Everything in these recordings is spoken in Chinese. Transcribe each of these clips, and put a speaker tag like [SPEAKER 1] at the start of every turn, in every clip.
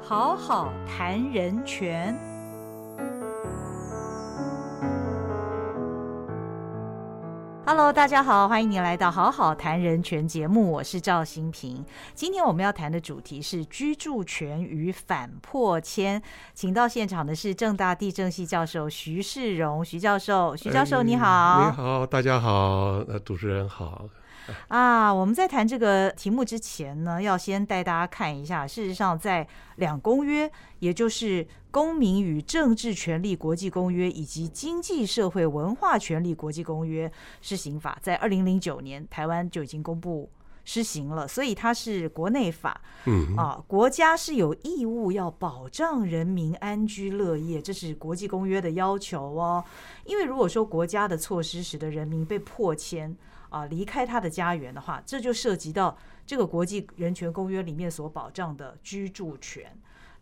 [SPEAKER 1] 好好谈人权。Hello，大家好，欢迎您来到《好好谈人权》节目，我是赵新平。今天我们要谈的主题是居住权与反破迁，请到现场的是正大地震系教授徐世荣，徐教授，徐教哎授你好，
[SPEAKER 2] 哎你好，大家好，呃，主持人好。
[SPEAKER 1] 啊，我们在谈这个题目之前呢，要先带大家看一下。事实上，在两公约，也就是《公民与政治权利国际公约》以及《经济社会文化权利国际公约》施行法，在二零零九年台湾就已经公布施行了，所以它是国内法。
[SPEAKER 2] 嗯，
[SPEAKER 1] 啊，国家是有义务要保障人民安居乐业，这是国际公约的要求哦。因为如果说国家的措施使得人民被迫迁啊，离开他的家园的话，这就涉及到这个国际人权公约里面所保障的居住权。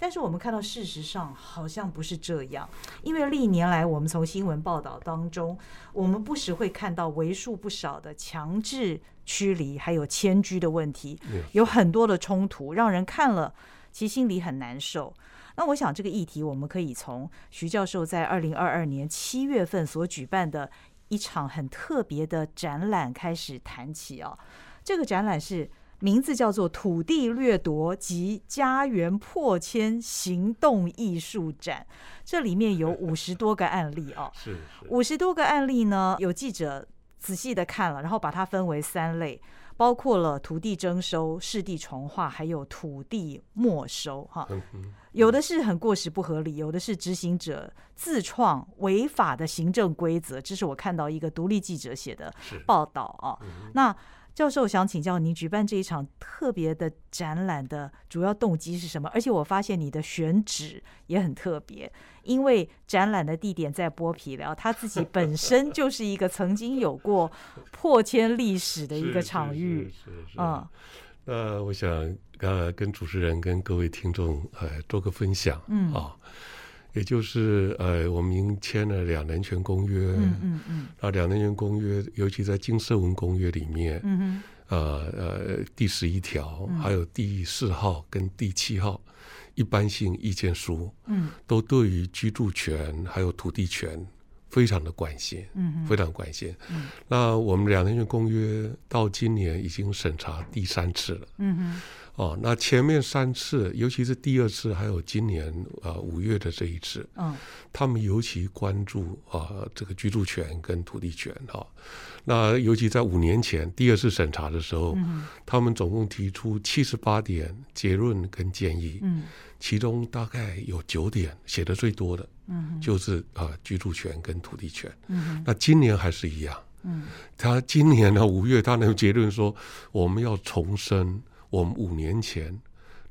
[SPEAKER 1] 但是我们看到，事实上好像不是这样，因为历年来我们从新闻报道当中，我们不时会看到为数不少的强制驱离，还有迁居的问题，有很多的冲突，让人看了其实心里很难受。那我想这个议题，我们可以从徐教授在二零二二年七月份所举办的一场很特别的展览开始谈起啊。这个展览是名字叫做《土地掠夺及家园破迁行动艺术展》，这里面有五十多个案例啊。
[SPEAKER 2] 是是，
[SPEAKER 1] 五十多个案例呢，有记者仔细的看了，然后把它分为三类，包括了土地征收、市地重划，还有土地没收。哈，
[SPEAKER 2] 嗯嗯，
[SPEAKER 1] 有的是很过时不合理，有的是执行者自创违法的行政规则，这是我看到一个独立记者写的
[SPEAKER 2] 是
[SPEAKER 1] 报道啊。
[SPEAKER 2] 嗯
[SPEAKER 1] 那教授想请教您，举办这一场特别的展览的主要动机是什么？而且我发现你的选址也很特别，因为展览的地点在剥皮寮，它自己本 身就是一个曾经有过破迁历史的一个
[SPEAKER 2] 是
[SPEAKER 1] 场域。，
[SPEAKER 2] 是是是。
[SPEAKER 1] 嗯
[SPEAKER 2] 是，那我想呃，跟主持人跟各位听众呃做个分享，
[SPEAKER 1] 嗯
[SPEAKER 2] 啊，也就是呃，我们已经签了两人权公约，
[SPEAKER 1] 嗯嗯嗯
[SPEAKER 2] 那两人权公约，尤其在经社文公约里面，
[SPEAKER 1] 嗯哼
[SPEAKER 2] 呃呃，第十一条，还有第四号跟第七号一般性意见书，
[SPEAKER 1] 嗯
[SPEAKER 2] 都对于居住权还有土地权非常的关心，
[SPEAKER 1] 嗯
[SPEAKER 2] 非常关心。
[SPEAKER 1] 嗯
[SPEAKER 2] 那我们两人权公约到今年已经审查第三次了
[SPEAKER 1] 嗯哼
[SPEAKER 2] 哦。那前面三次，尤其是第二次，还有今年啊五、月的这一次，
[SPEAKER 1] 嗯
[SPEAKER 2] 他们尤其关注啊、这个居住权跟土地权哈、那尤其在五年前第二次审查的时候，
[SPEAKER 1] 嗯
[SPEAKER 2] 他们总共提出七十八点结论跟建议，
[SPEAKER 1] 嗯
[SPEAKER 2] 其中大概有九点写的最多的。
[SPEAKER 1] 嗯
[SPEAKER 2] 就是啊、呃居住权跟土地权。
[SPEAKER 1] 嗯
[SPEAKER 2] 那今年还是一样，
[SPEAKER 1] 嗯
[SPEAKER 2] 他今年呢五月他那个结论说，我们要重申我们五年前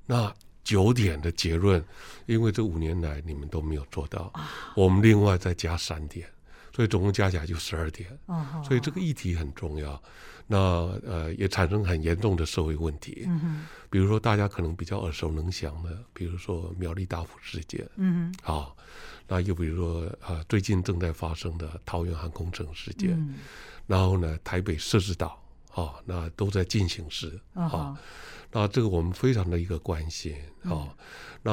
[SPEAKER 2] 那九点的结论，因为这五年来你们都没有做到，
[SPEAKER 1] 啊
[SPEAKER 2] 我们另外再加三点，所以总共加起来就十二点。
[SPEAKER 1] 哦，
[SPEAKER 2] 所以这个议题很重要，那呃也产生很严重的社会问题，
[SPEAKER 1] 嗯哼
[SPEAKER 2] 比如说大家可能比较耳熟能详的，比如说苗栗大埔事件，
[SPEAKER 1] 嗯
[SPEAKER 2] 啊、那又比如说啊、呃最近正在发生的桃园航空城事件，
[SPEAKER 1] 嗯
[SPEAKER 2] 然后呢，台北社子岛啊、那都在进行时啊、
[SPEAKER 1] 啊哈
[SPEAKER 2] 那这个我们非常的一个关心啊、
[SPEAKER 1] 嗯
[SPEAKER 2] 那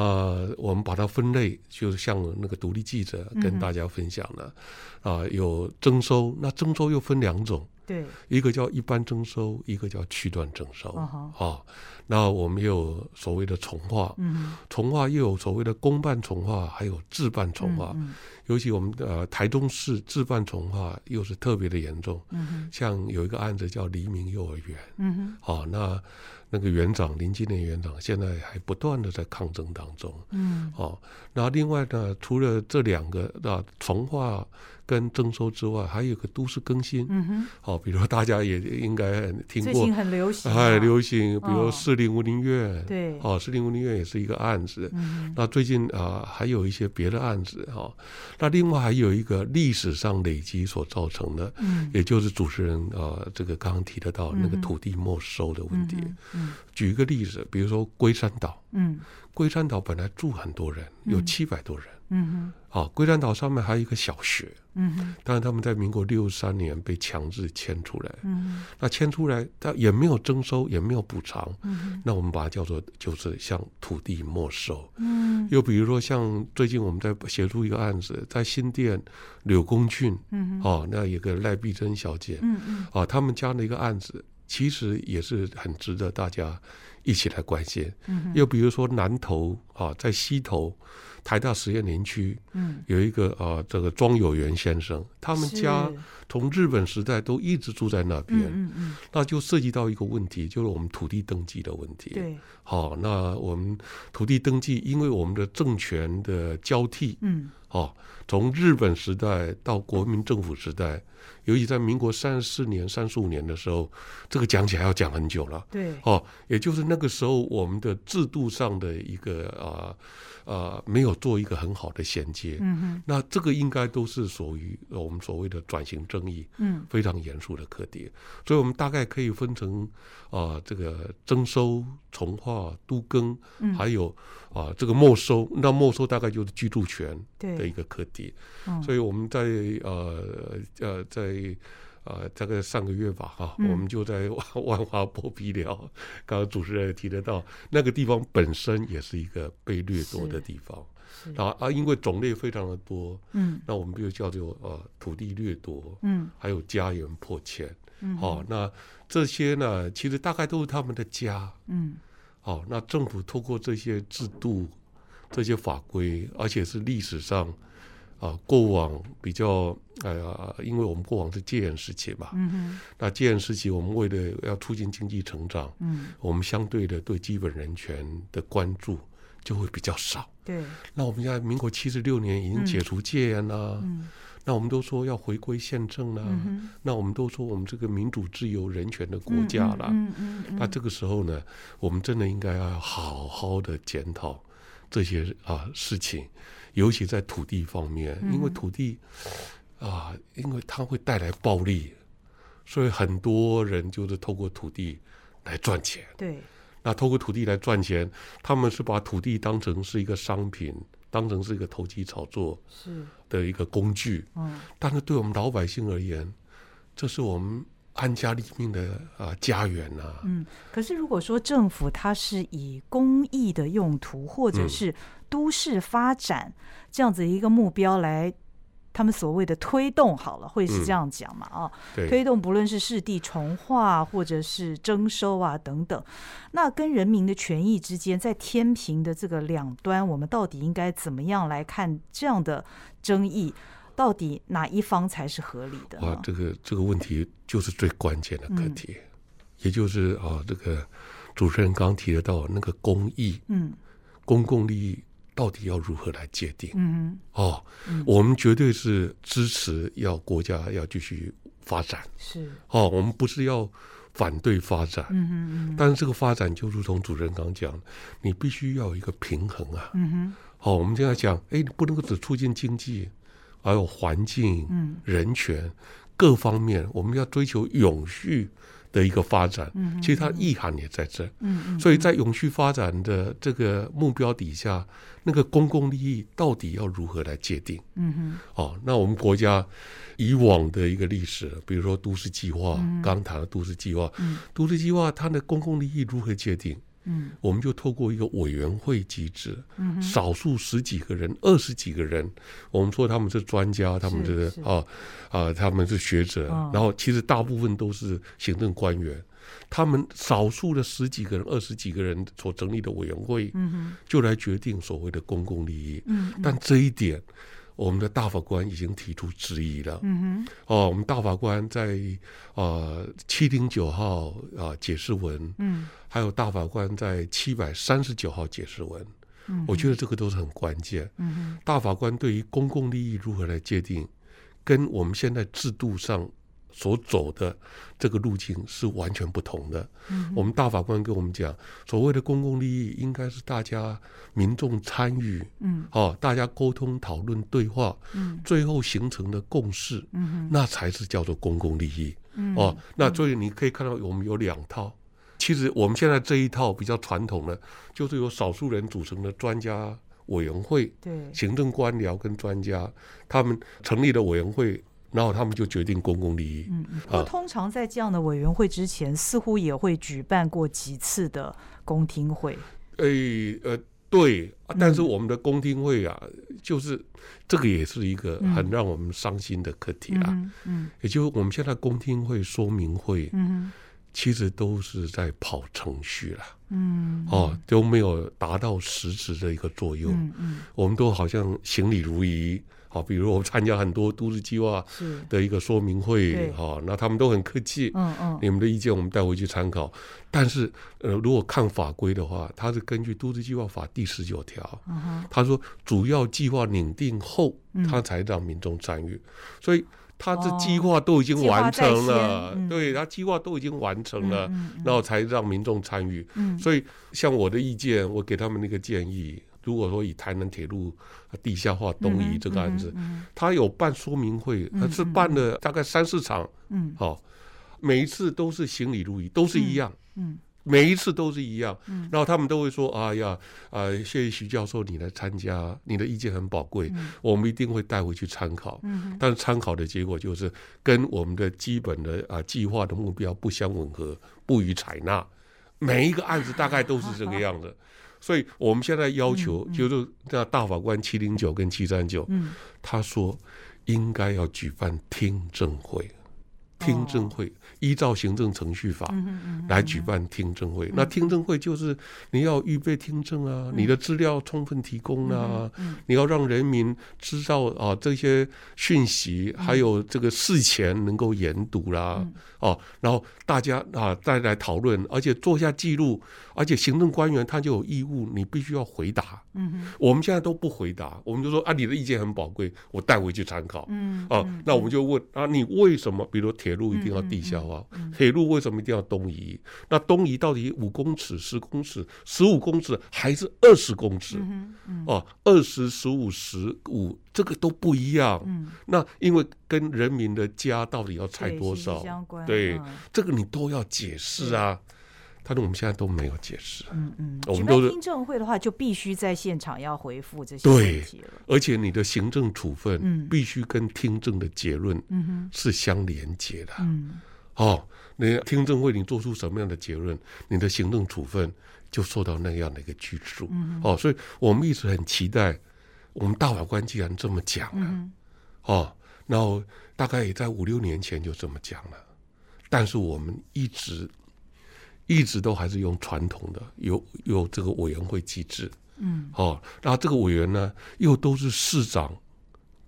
[SPEAKER 2] 我们把它分类，就是像那个独立记者
[SPEAKER 1] 嗯
[SPEAKER 2] 跟大家分享的啊、有征收，那征收又分两种，
[SPEAKER 1] 对
[SPEAKER 2] 一个叫一般征收，一个叫区段征收
[SPEAKER 1] 嗯
[SPEAKER 2] 啊、
[SPEAKER 1] 哼
[SPEAKER 2] 那我们又有所谓的重划，
[SPEAKER 1] 嗯
[SPEAKER 2] 从化又有所谓的公办从化，还有自办从化。
[SPEAKER 1] 嗯
[SPEAKER 2] 尤其我们的呃台中市自办从化又是特别的严重，
[SPEAKER 1] 嗯哼
[SPEAKER 2] 像有一个案子叫黎明幼儿园，
[SPEAKER 1] 嗯哼
[SPEAKER 2] 啊、那那个园长林金莲园长现在还不断的在抗争当中，
[SPEAKER 1] 嗯
[SPEAKER 2] 哦，那另外呢，除了这两个啊从化跟征收之外，还有一个都市更新，
[SPEAKER 1] 嗯哼，
[SPEAKER 2] 哦，比如说大家也应该听
[SPEAKER 1] 最
[SPEAKER 2] 过
[SPEAKER 1] 近，很流行啊，
[SPEAKER 2] 哎，流行，比如
[SPEAKER 1] 哦
[SPEAKER 2] 士林文林苑，
[SPEAKER 1] 对，
[SPEAKER 2] 哦，士林文林苑也是一个案子，
[SPEAKER 1] 嗯
[SPEAKER 2] 那最近啊、还有一些别的案子哈、那另外还有一个历史上累积所造成的，
[SPEAKER 1] 嗯
[SPEAKER 2] 也就是主持人啊、这个刚刚提得到那个
[SPEAKER 1] 嗯哼
[SPEAKER 2] 土地没收的问题。
[SPEAKER 1] 嗯嗯
[SPEAKER 2] 举一个例子，比如说龟山岛，
[SPEAKER 1] 嗯
[SPEAKER 2] 龟山岛本来住很多人，有七百多人。
[SPEAKER 1] 嗯哼
[SPEAKER 2] 啊，龟山岛上面还有一个小学，
[SPEAKER 1] 嗯哼
[SPEAKER 2] 但是他们在民国六三年被强制迁出来。
[SPEAKER 1] 嗯
[SPEAKER 2] 那迁出来，它也没有征收，也没有补偿，
[SPEAKER 1] 嗯
[SPEAKER 2] 那我们把它叫做就是像土地没收。
[SPEAKER 1] 嗯
[SPEAKER 2] 又比如说，像最近我们在协助一个案子，在新店柳公郡
[SPEAKER 1] 嗯
[SPEAKER 2] 啊，那有个赖碧珍小姐
[SPEAKER 1] 嗯嗯
[SPEAKER 2] 啊，他们家的一个案子，其实也是很值得大家一起来关心。
[SPEAKER 1] 嗯
[SPEAKER 2] 又比如说南投啊，在西投台大实验林区
[SPEAKER 1] 嗯，
[SPEAKER 2] 有一个啊，这个庄有元先生，他们家
[SPEAKER 1] 是
[SPEAKER 2] 从日本时代都一直住在那边，
[SPEAKER 1] 嗯嗯嗯，
[SPEAKER 2] 那就涉及到一个问题，就是我们土地登记的问题。
[SPEAKER 1] 对，
[SPEAKER 2] 好，那我们土地登记，因为我们的政权的交替，
[SPEAKER 1] 嗯
[SPEAKER 2] 哦，从日本时代到国民政府时代，尤其在民国三十四年、三十五年的时候，这个讲起来要讲很久了。
[SPEAKER 1] 对，
[SPEAKER 2] 哦，也就是那个时候，我们的制度上的一个啊啊、没有做一个很好的衔接。
[SPEAKER 1] 嗯哼
[SPEAKER 2] 那这个应该都是属于呃我们所谓的转型争议，
[SPEAKER 1] 嗯
[SPEAKER 2] 非常严肃的课题，所以我们大概可以分成啊、这个征收、从化、都更，
[SPEAKER 1] 嗯，
[SPEAKER 2] 还有啊、这个没收。那没收大概就是居住权的一
[SPEAKER 1] 对，
[SPEAKER 2] 个课题，
[SPEAKER 1] 嗯
[SPEAKER 2] 所以我们在呃呃在。呃，大概上个月吧，哈、
[SPEAKER 1] 嗯
[SPEAKER 2] 我们就在 万华剥皮寮，刚刚主持人也提得到，那个地方本身也是一个被掠夺的
[SPEAKER 1] 是
[SPEAKER 2] 地方，
[SPEAKER 1] 是
[SPEAKER 2] 啊啊，因为种类非常的多，
[SPEAKER 1] 嗯
[SPEAKER 2] 那我们就叫做呃土地掠夺，
[SPEAKER 1] 嗯
[SPEAKER 2] 还有家园破迁。
[SPEAKER 1] 嗯，
[SPEAKER 2] 哦，那这些呢，其实大概都是他们的家。
[SPEAKER 1] 嗯
[SPEAKER 2] 哦，那政府透过这些制度、这些法规，而且是历史上啊、过往比较哎呀，因为我们过往是戒严时期嘛，
[SPEAKER 1] 嗯哼
[SPEAKER 2] 那戒严时期我们为了要促进经济成长，
[SPEAKER 1] 嗯，
[SPEAKER 2] 我们相对的对基本人权的关注就会比较少。
[SPEAKER 1] 对，
[SPEAKER 2] 那我们现在民国七十六年已经解除戒严啦，
[SPEAKER 1] 嗯
[SPEAKER 2] 那我们都说要回归宪政啦。
[SPEAKER 1] 嗯哼，
[SPEAKER 2] 那我们都说我们这个民主、自由、人权的国家啦。
[SPEAKER 1] 嗯嗯嗯，
[SPEAKER 2] 那这个时候呢，我们真的应该要好好的检讨这些啊事情，尤其在土地方面，因为
[SPEAKER 1] 嗯
[SPEAKER 2] 土地啊，因为它会带来暴利，所以很多人就是透过土地来赚钱。
[SPEAKER 1] 对，
[SPEAKER 2] 那透过土地来赚钱，他们是把土地当成是一个商品，当成是一个投机炒作
[SPEAKER 1] 是，
[SPEAKER 2] 的一个工具。
[SPEAKER 1] 嗯
[SPEAKER 2] 但是对我们老百姓而言，这是我们安家立命的啊、家园呐、
[SPEAKER 1] 嗯。可是如果说政府它是以公益的用途，或者
[SPEAKER 2] 嗯
[SPEAKER 1] 是都市发展这样子一个目标来。他们所谓的推动好了，会是这
[SPEAKER 2] 嗯
[SPEAKER 1] 样讲嘛？啊，
[SPEAKER 2] 对，
[SPEAKER 1] 推动不论是市地重划或者是征收啊等等，那跟人民的权益之间，在天平的这个两端，我们到底应该怎么样来看这样的争议？到底哪一方才是合理的嗯
[SPEAKER 2] 哇，
[SPEAKER 1] 呢？
[SPEAKER 2] 这个这个问题就是最关键的课题，也就是啊，这个主持人刚提得到那个公益、
[SPEAKER 1] 嗯
[SPEAKER 2] 公共利益到底要如何来界定？
[SPEAKER 1] 嗯哼，
[SPEAKER 2] 哦
[SPEAKER 1] 嗯，
[SPEAKER 2] 我们绝对是支持要国家要继续发展
[SPEAKER 1] 是，
[SPEAKER 2] 哦，我们不是要反对发展。
[SPEAKER 1] 嗯哼嗯哼
[SPEAKER 2] 但是这个发展就如同主持人刚讲的，你必须要有一个平衡啊。
[SPEAKER 1] 嗯哼
[SPEAKER 2] 好、我们现在讲，哎，你不能够只促进经济，还有环境、
[SPEAKER 1] 嗯
[SPEAKER 2] 人权各方面，我们要追求永续的一个发展。
[SPEAKER 1] 嗯，
[SPEAKER 2] 其实它的意涵也在这，
[SPEAKER 1] 嗯嗯，
[SPEAKER 2] 所以在永续发展的这个目标底下，那个公共利益到底要如何来界定？
[SPEAKER 1] 嗯哼
[SPEAKER 2] 哦，那我们国家以往的一个历史，比如说都市计划，刚刚谈的都市计划，
[SPEAKER 1] 嗯
[SPEAKER 2] 都市计划它的公共利益如何界定？
[SPEAKER 1] 嗯
[SPEAKER 2] 我们就透过一个委员会机制，
[SPEAKER 1] 嗯哼
[SPEAKER 2] 少数十几个人、二十几个人，我们说他们是专家，他们
[SPEAKER 1] 是
[SPEAKER 2] 是
[SPEAKER 1] 是
[SPEAKER 2] 啊啊，他们是学者
[SPEAKER 1] 哦，
[SPEAKER 2] 然后其实大部分都是行政官员。他们少数的十几个人、二十几个人所成立的委员会，
[SPEAKER 1] 嗯哼
[SPEAKER 2] 就来决定所谓的公共利益。
[SPEAKER 1] 嗯嗯
[SPEAKER 2] 但这一点，我们的大法官已经提出质疑了。
[SPEAKER 1] 嗯哼
[SPEAKER 2] 哦，我们大法官在呃七零九号啊、解释文，
[SPEAKER 1] 嗯
[SPEAKER 2] 还有大法官在七百三十九号解释文，
[SPEAKER 1] 嗯，
[SPEAKER 2] 我觉得这个都是很关键。
[SPEAKER 1] 嗯哼
[SPEAKER 2] 大法官对于公共利益如何来界定，跟我们现在制度上所走的这个路径是完全不同的。
[SPEAKER 1] 嗯
[SPEAKER 2] 我们大法官跟我们讲，所谓的公共利益应该是大家民众参与，
[SPEAKER 1] 嗯
[SPEAKER 2] 哦，大家沟通、讨论、对话，
[SPEAKER 1] 嗯
[SPEAKER 2] 最后形成的共识，
[SPEAKER 1] 嗯哼
[SPEAKER 2] 那才是叫做公共利益。
[SPEAKER 1] 嗯
[SPEAKER 2] 哦，那所以你可以看到我们有两套，其实我们现在这一套比较传统的，就是由少数人组成的专家委员会，
[SPEAKER 1] 对，
[SPEAKER 2] 行政官僚跟专家，他们成立了委员会，然后他们就决定公共利益。
[SPEAKER 1] 嗯，嗯不过
[SPEAKER 2] 啊
[SPEAKER 1] 通常在这样的委员会之前，似乎也会举办过几次的公听会，
[SPEAKER 2] 诶、呃，对，啊但是
[SPEAKER 1] 嗯
[SPEAKER 2] 我们的公听会啊，就是这个也是一个很让我们伤心的课题
[SPEAKER 1] 嗯
[SPEAKER 2] 啊。
[SPEAKER 1] 哼嗯
[SPEAKER 2] 也就是我们现在公听会、说明会，
[SPEAKER 1] 嗯
[SPEAKER 2] 其实都是在跑程序啦，
[SPEAKER 1] 哼嗯，
[SPEAKER 2] 哦，都没有达到实质的一个作用。
[SPEAKER 1] 嗯嗯
[SPEAKER 2] 我们都好像行礼如仪。好，比如我们参加很多都市计划
[SPEAKER 1] 是，
[SPEAKER 2] 的一个说明
[SPEAKER 1] 对
[SPEAKER 2] 会，好、那他们都很客气，
[SPEAKER 1] 嗯嗯
[SPEAKER 2] 你们的意见我们带回去参考。但是，呃，如果看法规的话，它是根据《都市计划法》第十九条，
[SPEAKER 1] 嗯哼
[SPEAKER 2] 他说主要计划拟定后
[SPEAKER 1] 嗯，
[SPEAKER 2] 他才让民众参与，所以他的计划都已经完成
[SPEAKER 1] 哦计划在
[SPEAKER 2] 了，
[SPEAKER 1] 先嗯
[SPEAKER 2] 对他计划都已经完成了，
[SPEAKER 1] 嗯嗯
[SPEAKER 2] 然后才让民众参与。
[SPEAKER 1] 嗯
[SPEAKER 2] 所以，像我的意见，我给他们那个建议，如果说以台南铁路地下化东移这个案子，，
[SPEAKER 1] 嗯
[SPEAKER 2] 他有办说明会，
[SPEAKER 1] 嗯
[SPEAKER 2] 他是办了大概三四场，
[SPEAKER 1] 嗯嗯
[SPEAKER 2] 好、每一次都是行礼如仪，都是一样。
[SPEAKER 1] 嗯
[SPEAKER 2] 每一次都是一样，
[SPEAKER 1] 嗯
[SPEAKER 2] 然后他们都会说：“哎呀，呃，谢谢徐教授你来参加，你的意见很宝贵，
[SPEAKER 1] 嗯
[SPEAKER 2] 我们一定会带回去参考。
[SPEAKER 1] 嗯哼
[SPEAKER 2] 但是参考的结果就是跟我们的基本的啊、计划的目标不相吻合，不予采纳。每一个案子大概都是这 个样子，所以我们现在要求
[SPEAKER 1] 嗯嗯
[SPEAKER 2] 就是那大法官七零九跟七三九，
[SPEAKER 1] 嗯
[SPEAKER 2] 他说应该要举办听证会，听证会依照行政程序法。
[SPEAKER 1] 嗯哼嗯哼嗯
[SPEAKER 2] 来举办听证会。那听证会就是你要预备听证啊，你的资料充分提供啊，
[SPEAKER 1] 嗯
[SPEAKER 2] 你要让人民知道啊这些讯息，还有这个事前能够研读啦
[SPEAKER 1] 嗯，
[SPEAKER 2] 哦，然后大家啊再来讨论，而且做下记录，而且行政官员他就有义务，你必须要回答。
[SPEAKER 1] 嗯哼
[SPEAKER 2] 我们现在都不回答，我们就说啊你的意见很宝贵，我带回去参考。
[SPEAKER 1] 嗯
[SPEAKER 2] 哦
[SPEAKER 1] 嗯，
[SPEAKER 2] 那我们就问啊，你为什么？比如铁路一定要
[SPEAKER 1] 嗯嗯
[SPEAKER 2] 地下化
[SPEAKER 1] 嗯嗯，
[SPEAKER 2] 铁路为什么一定要东移？那东移到底五公尺、十公尺、十五公尺还是二十公尺？
[SPEAKER 1] 嗯哼嗯
[SPEAKER 2] 哦，二十、十五、十五，这个都不一样。
[SPEAKER 1] 嗯
[SPEAKER 2] 那因为跟人民的家到底要拆
[SPEAKER 1] 对
[SPEAKER 2] 多
[SPEAKER 1] 息息
[SPEAKER 2] 少，
[SPEAKER 1] 相关
[SPEAKER 2] 对
[SPEAKER 1] 嗯
[SPEAKER 2] 这个你都要解释啊。他说我们现在都没有解释，
[SPEAKER 1] 嗯嗯，
[SPEAKER 2] 我
[SPEAKER 1] 举
[SPEAKER 2] 们
[SPEAKER 1] 办
[SPEAKER 2] 都是
[SPEAKER 1] 听证会的话，就必须在现场要回复这些
[SPEAKER 2] 对
[SPEAKER 1] 问题了。
[SPEAKER 2] 而且你的行政处
[SPEAKER 1] 嗯
[SPEAKER 2] 分必须跟听证的结论
[SPEAKER 1] 嗯哼，
[SPEAKER 2] 是相连接的。
[SPEAKER 1] 嗯
[SPEAKER 2] 哦，那听证会你做出什么样的结论，你的行政处分就受到那样的一个拘束。
[SPEAKER 1] 嗯
[SPEAKER 2] 哦，所以我们一直很期待，我们大法官既然这么讲了，
[SPEAKER 1] 嗯
[SPEAKER 2] 哦，然后大概也在五六年前就这么讲了，但是我们一直一直都还是用传统的，有有这个委员会机制。
[SPEAKER 1] 嗯
[SPEAKER 2] 哦，那这个委员呢，又都是市长，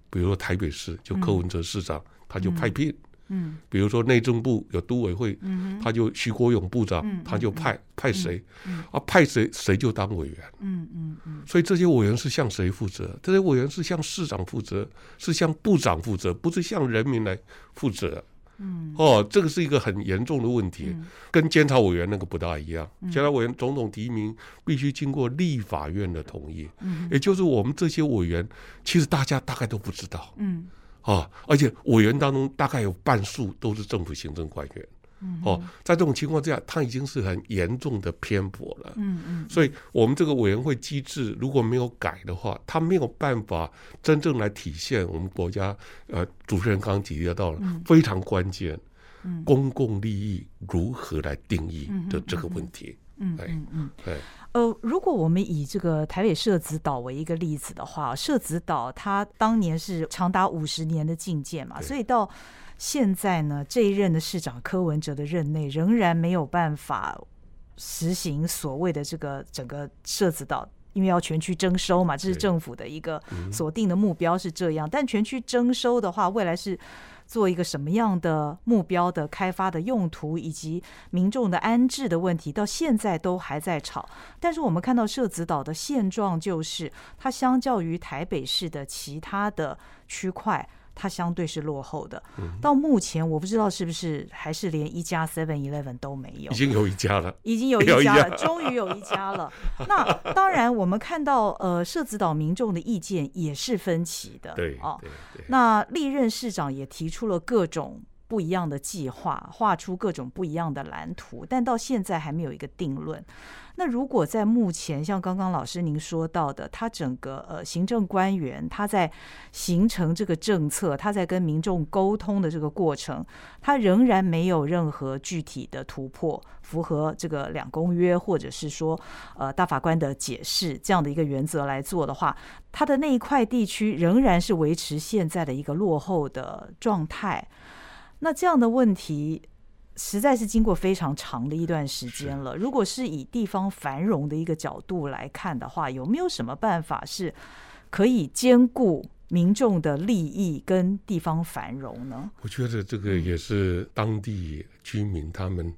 [SPEAKER 2] 比如说台北市就柯文哲市长，他就派聘。
[SPEAKER 1] 嗯
[SPEAKER 2] 比如说内政部有都委会，
[SPEAKER 1] 嗯
[SPEAKER 2] 他就徐国勇部长
[SPEAKER 1] 嗯，
[SPEAKER 2] 他就派派谁
[SPEAKER 1] 嗯，
[SPEAKER 2] 啊派谁谁就当委员，
[SPEAKER 1] 嗯嗯嗯
[SPEAKER 2] 所以这些委员是向谁负责？这些委员是向市长负责，是向部长负责，不是向人民来负责。
[SPEAKER 1] 嗯
[SPEAKER 2] 哦，这个是一个很严重的问题
[SPEAKER 1] 嗯，
[SPEAKER 2] 跟监察委员那个不大一样
[SPEAKER 1] 嗯。
[SPEAKER 2] 监察委员总统提名必须经过立法院的同意，
[SPEAKER 1] 嗯
[SPEAKER 2] 也就是我们这些委员，其实大家大概都不知道
[SPEAKER 1] 嗯
[SPEAKER 2] 啊，而且委员当中大概有半数都是政府行政官员。
[SPEAKER 1] 嗯
[SPEAKER 2] 哦，在这种情况之下，他已经是很严重的偏颇了。
[SPEAKER 1] 嗯嗯
[SPEAKER 2] 所以，我们这个委员会机制如果没有改的话，它没有办法真正来体现我们国家呃，主持人刚刚提到了
[SPEAKER 1] 嗯
[SPEAKER 2] 非常关键
[SPEAKER 1] 嗯
[SPEAKER 2] 公共利益如何来定义的这个问题。哎
[SPEAKER 1] 嗯嗯嗯。
[SPEAKER 2] 对，
[SPEAKER 1] 呃，如果我们以这个台北社子岛为一个例子的话，社子岛它当年是长达五十年的禁建嘛，
[SPEAKER 2] 对
[SPEAKER 1] 所以到现在呢，这一任的市长柯文哲的任内仍然没有办法实行所谓的这个整个社子岛。因为要全区征收嘛，这是
[SPEAKER 2] 对
[SPEAKER 1] 政府的一个
[SPEAKER 2] 嗯
[SPEAKER 1] 锁定的目标是这样。但全区征收的话，未来是做一个什么样的目标的开发的用途，以及民众的安置的问题，到现在都还在吵。但是我们看到社子岛的现状就是，它相较于台北市的其他的区块。它相对是落后的，
[SPEAKER 2] 嗯
[SPEAKER 1] 到目前我不知道是不是还是连一家 Seven Eleven 都没有
[SPEAKER 2] 哎已，经有一家了。
[SPEAKER 1] 已经有
[SPEAKER 2] 有
[SPEAKER 1] 一
[SPEAKER 2] 一
[SPEAKER 1] 家
[SPEAKER 2] 家
[SPEAKER 1] 了，终于有一家了。那当然，我们看到呃，社子岛民众的意见也是分歧的，
[SPEAKER 2] 对，
[SPEAKER 1] 哦。
[SPEAKER 2] 对，对，
[SPEAKER 1] 那历任市长也提出了各种不一样的计划，画出各种不一样的蓝图，但到现在还没有一个定论。那如果在目前，像刚刚老师您说到的，他整个呃行政官员他在形成这个政策，他在跟民众沟通的这个过程，他仍然没有任何具体的突破，符合这个两公约或者是说呃大法官的解释这样的一个原则来做的话，他的那一块地区仍然是维持现在的一个落后的状态。那这样的问题，实在是经过非常长的一段时间了。如果是以地方繁荣的一个角度来看的话，有没有什么办法是可以兼顾民众的利益跟地方繁荣呢？
[SPEAKER 2] 我觉得这个也是当地居民他们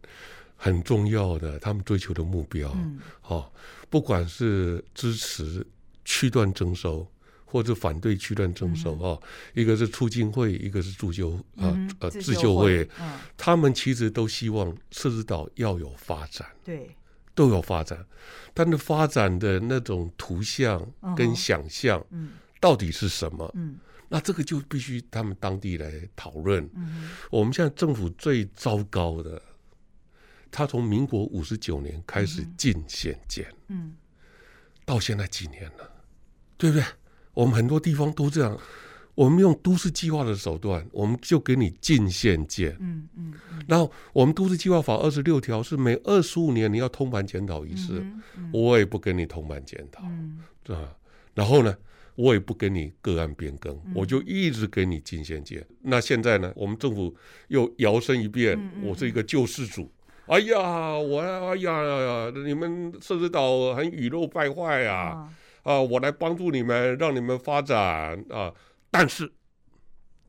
[SPEAKER 2] 很重要的，他们追求的目标。
[SPEAKER 1] 嗯
[SPEAKER 2] 哦，不管是支持区段征收，或者反对区段
[SPEAKER 1] 嗯
[SPEAKER 2] 征收哦，一个是促进会，一个是助救啊
[SPEAKER 1] 嗯
[SPEAKER 2] 呃
[SPEAKER 1] 自
[SPEAKER 2] 自
[SPEAKER 1] 救
[SPEAKER 2] 救
[SPEAKER 1] 会
[SPEAKER 2] 会，
[SPEAKER 1] 嗯，
[SPEAKER 2] 他们其实都希望社子岛要有发展，
[SPEAKER 1] 对，
[SPEAKER 2] 都有发展，但是发展的那种图像
[SPEAKER 1] 嗯哼
[SPEAKER 2] 跟想象
[SPEAKER 1] 嗯
[SPEAKER 2] 到底是什么？
[SPEAKER 1] 嗯
[SPEAKER 2] 那这个就必须他们当地来讨论。
[SPEAKER 1] 嗯
[SPEAKER 2] 我们现在政府最糟糕的，他从民国五十九年开始禁限建。
[SPEAKER 1] 嗯
[SPEAKER 2] 到现在几年了，对不对？我们很多地方都这样，我们用都市计划的手段，我们就给你进限建。
[SPEAKER 1] 嗯嗯嗯，
[SPEAKER 2] 然后我们都市计划法二十六条是每二十五年你要通盘检讨一次，
[SPEAKER 1] 嗯哼
[SPEAKER 2] 我也不跟你通盘检讨
[SPEAKER 1] 嗯
[SPEAKER 2] 啊。然后呢，我也不给你个案变更，
[SPEAKER 1] 嗯
[SPEAKER 2] 我就一直给你进限建。那现在呢，我们政府又摇身一变，
[SPEAKER 1] 嗯嗯
[SPEAKER 2] 我是一个救世主。哎呀，我哎呀，你们社子岛很鱼肉败坏
[SPEAKER 1] 嗯
[SPEAKER 2] 啊！啊，我来帮助你们，让你们发展啊。但是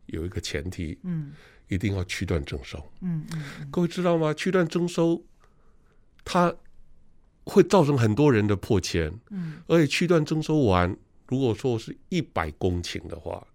[SPEAKER 2] 有一个前提，
[SPEAKER 1] 嗯
[SPEAKER 2] 一定要区段征收。
[SPEAKER 1] 嗯嗯嗯
[SPEAKER 2] 各位知道吗？区段征收，它会造成很多人的破迁，
[SPEAKER 1] 嗯
[SPEAKER 2] 而且区段征收完，如果说是一百公顷的话，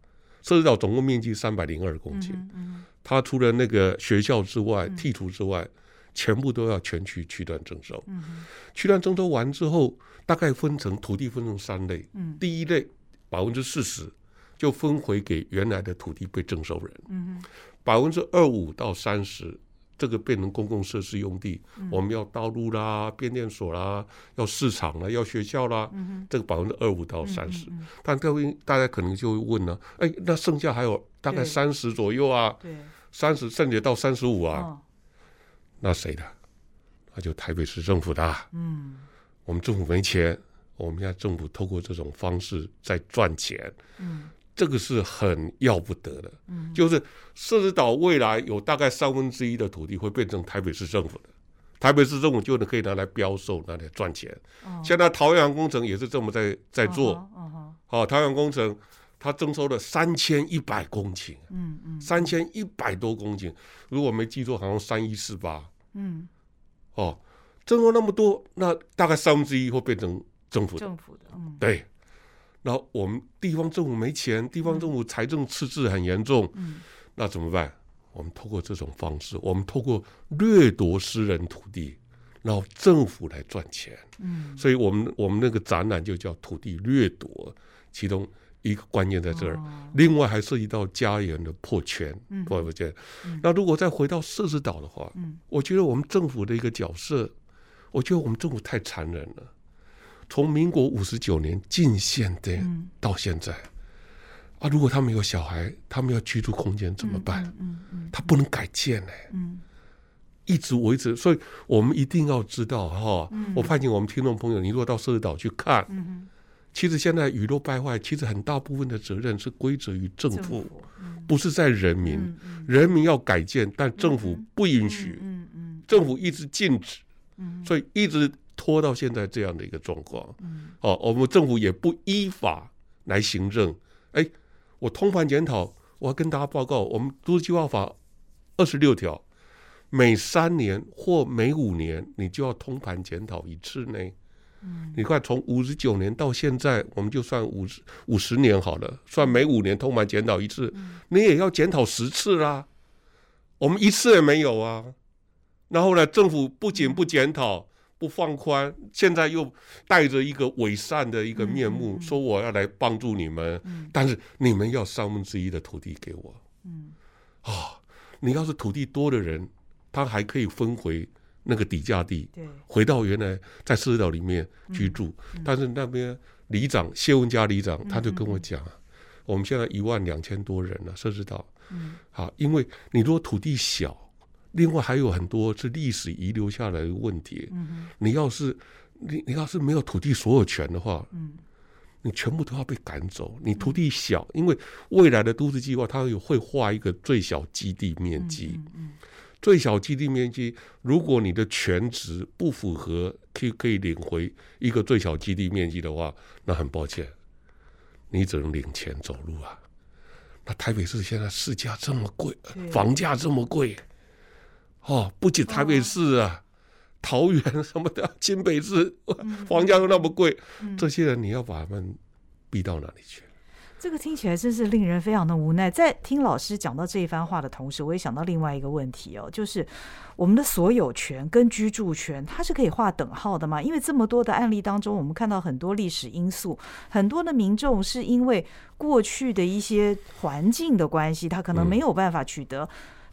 [SPEAKER 2] 涉及到总共面积三百零二公
[SPEAKER 1] 嗯
[SPEAKER 2] 顷，
[SPEAKER 1] 哼嗯
[SPEAKER 2] 它除了那个学校之外、
[SPEAKER 1] 嗯
[SPEAKER 2] 剔除之外，全部都要全区区段征收。
[SPEAKER 1] 嗯哼
[SPEAKER 2] 区段征收完之后，大概分成土地分成三类，
[SPEAKER 1] 嗯
[SPEAKER 2] 第一类百分之四十就分回给原来的土地被征收人，
[SPEAKER 1] 嗯
[SPEAKER 2] 百分之二五到三十这个变成公共设施用地，
[SPEAKER 1] 嗯
[SPEAKER 2] 我们要道路啦、变电所啦、要市场啦、要学校啦，
[SPEAKER 1] 嗯哼
[SPEAKER 2] 这个百分之二五到三十、
[SPEAKER 1] 嗯嗯嗯
[SPEAKER 2] 但各位大家可能就会问了、哎，那剩下还有大概
[SPEAKER 1] 对
[SPEAKER 2] 三十左右啊，
[SPEAKER 1] 对
[SPEAKER 2] 三十甚至到三十五啊，
[SPEAKER 1] 哦
[SPEAKER 2] 那谁的？那就台北市政府的啊、
[SPEAKER 1] 嗯
[SPEAKER 2] 我们政府没钱，我们现在政府透过这种方式在赚钱。
[SPEAKER 1] 嗯
[SPEAKER 2] 这个是很要不得的，
[SPEAKER 1] 嗯
[SPEAKER 2] 就是社子岛未来有大概三分之一的土地会变成台北市政府的，台北市政府就能可以拿来标售，拿来赚钱。
[SPEAKER 1] 哦
[SPEAKER 2] 现在桃园航空城也是这么在在做，
[SPEAKER 1] 嗯哼嗯哼
[SPEAKER 2] 好、桃园航空城它征收了三千一百公顷，
[SPEAKER 1] 嗯嗯
[SPEAKER 2] 三千一百多公顷，如果我没记错，好像三一四八
[SPEAKER 1] 嗯
[SPEAKER 2] 哦，征收那么多，那大概三分之一会变成政府的。
[SPEAKER 1] 政府的嗯
[SPEAKER 2] 对，然后我们地方政府没钱，地方政府财政赤字很严重，
[SPEAKER 1] 嗯
[SPEAKER 2] 那怎么办？我们透过这种方式，我们透过掠夺私人土地，然后政府来赚钱。
[SPEAKER 1] 嗯
[SPEAKER 2] 所以我们我们那个展览就叫土地掠夺，其中一个关键在这儿。
[SPEAKER 1] 哦
[SPEAKER 2] 另外还涉及到家园的破圈，
[SPEAKER 1] 嗯
[SPEAKER 2] 破不圈
[SPEAKER 1] 嗯。
[SPEAKER 2] 那如果再回到社子岛的话，
[SPEAKER 1] 嗯
[SPEAKER 2] 我觉得我们政府的一个角色，我觉得我们政府太残忍了。从民国五十九年进县的
[SPEAKER 1] 嗯
[SPEAKER 2] 到现在，啊，如果他们有小孩，他们要居住空间怎么办？
[SPEAKER 1] 嗯嗯
[SPEAKER 2] 他不能改建呢、
[SPEAKER 1] 嗯
[SPEAKER 2] 一直维持。所以我们一定要知道哈
[SPEAKER 1] 嗯，
[SPEAKER 2] 我盼请我们听众朋友，你如果到社子岛去看，
[SPEAKER 1] 嗯嗯
[SPEAKER 2] 其实现在娱乐败坏，其实很大部分的责任是归责于政
[SPEAKER 1] 政
[SPEAKER 2] 府，
[SPEAKER 1] 嗯
[SPEAKER 2] 不是在人民。
[SPEAKER 1] 嗯嗯
[SPEAKER 2] 人民要改建，但政府不允许，
[SPEAKER 1] 嗯嗯
[SPEAKER 2] 政府一直禁止。
[SPEAKER 1] 嗯
[SPEAKER 2] 所以一直拖到现在这样的一个状况。
[SPEAKER 1] 嗯
[SPEAKER 2] 哦，我们政府也不依法来行政。哎，我通盘检讨，我要跟大家报告，我们都市计划法二十六条，每三年或每五年你就要通盘检讨一次呢。
[SPEAKER 1] 嗯
[SPEAKER 2] 你看，从五十九年到现在，我们就算五十五十年好了，算每五年通盘检讨一次，
[SPEAKER 1] 嗯
[SPEAKER 2] 你也要检讨十次啦。我们一次也没有啊。然后呢，政府不仅
[SPEAKER 1] 嗯
[SPEAKER 2] 不检讨，不放宽，现在又带着一个伪善的一个面
[SPEAKER 1] 嗯
[SPEAKER 2] 目
[SPEAKER 1] 嗯，嗯
[SPEAKER 2] 说我要来帮助你们，
[SPEAKER 1] 嗯
[SPEAKER 2] 但是你们要三分之一的土地给我。
[SPEAKER 1] 嗯
[SPEAKER 2] 你要是土地多的人，他还可以分回那个底价地，
[SPEAKER 1] 对，
[SPEAKER 2] 回到原来在社岛里面居住。
[SPEAKER 1] 嗯
[SPEAKER 2] 但是那边里长谢文家里长他就跟我讲啊，我们现在一万两千多人了、啊社子岛，
[SPEAKER 1] 嗯
[SPEAKER 2] 啊，因为你如果土地小，另外还有很多是历史遗留下来的问题。
[SPEAKER 1] 嗯
[SPEAKER 2] 你要是你你要是没有土地所有权的话，
[SPEAKER 1] 嗯
[SPEAKER 2] 你全部都要被赶走。你土地小，因为未来的都市计划它有会画一个最小基地面
[SPEAKER 1] 嗯
[SPEAKER 2] 积，
[SPEAKER 1] 嗯嗯
[SPEAKER 2] 最小基地面积，如果你的全值不符合可以可以领回一个最小基地面积的话，那很抱歉，你只能领钱走路啊。那台北市现在市价这么贵，
[SPEAKER 1] 对
[SPEAKER 2] 房价这么贵，哦，不仅台北市啊，桃园什么的，新北市
[SPEAKER 1] 嗯
[SPEAKER 2] 房价都那么贵，
[SPEAKER 1] 嗯
[SPEAKER 2] 这些人你要把他们逼到哪里去？
[SPEAKER 1] 这个听起来真是令人非常的无奈。在听老师讲到这一番话的同时，我也想到另外一个问题哦，就是我们的所有权跟居住权，它是可以划等号的吗？因为这么多的案例当中，我们看到很多历史因素，很多的民众是因为过去的一些环境的关系，他可能
[SPEAKER 2] 嗯
[SPEAKER 1] 没有办法取得。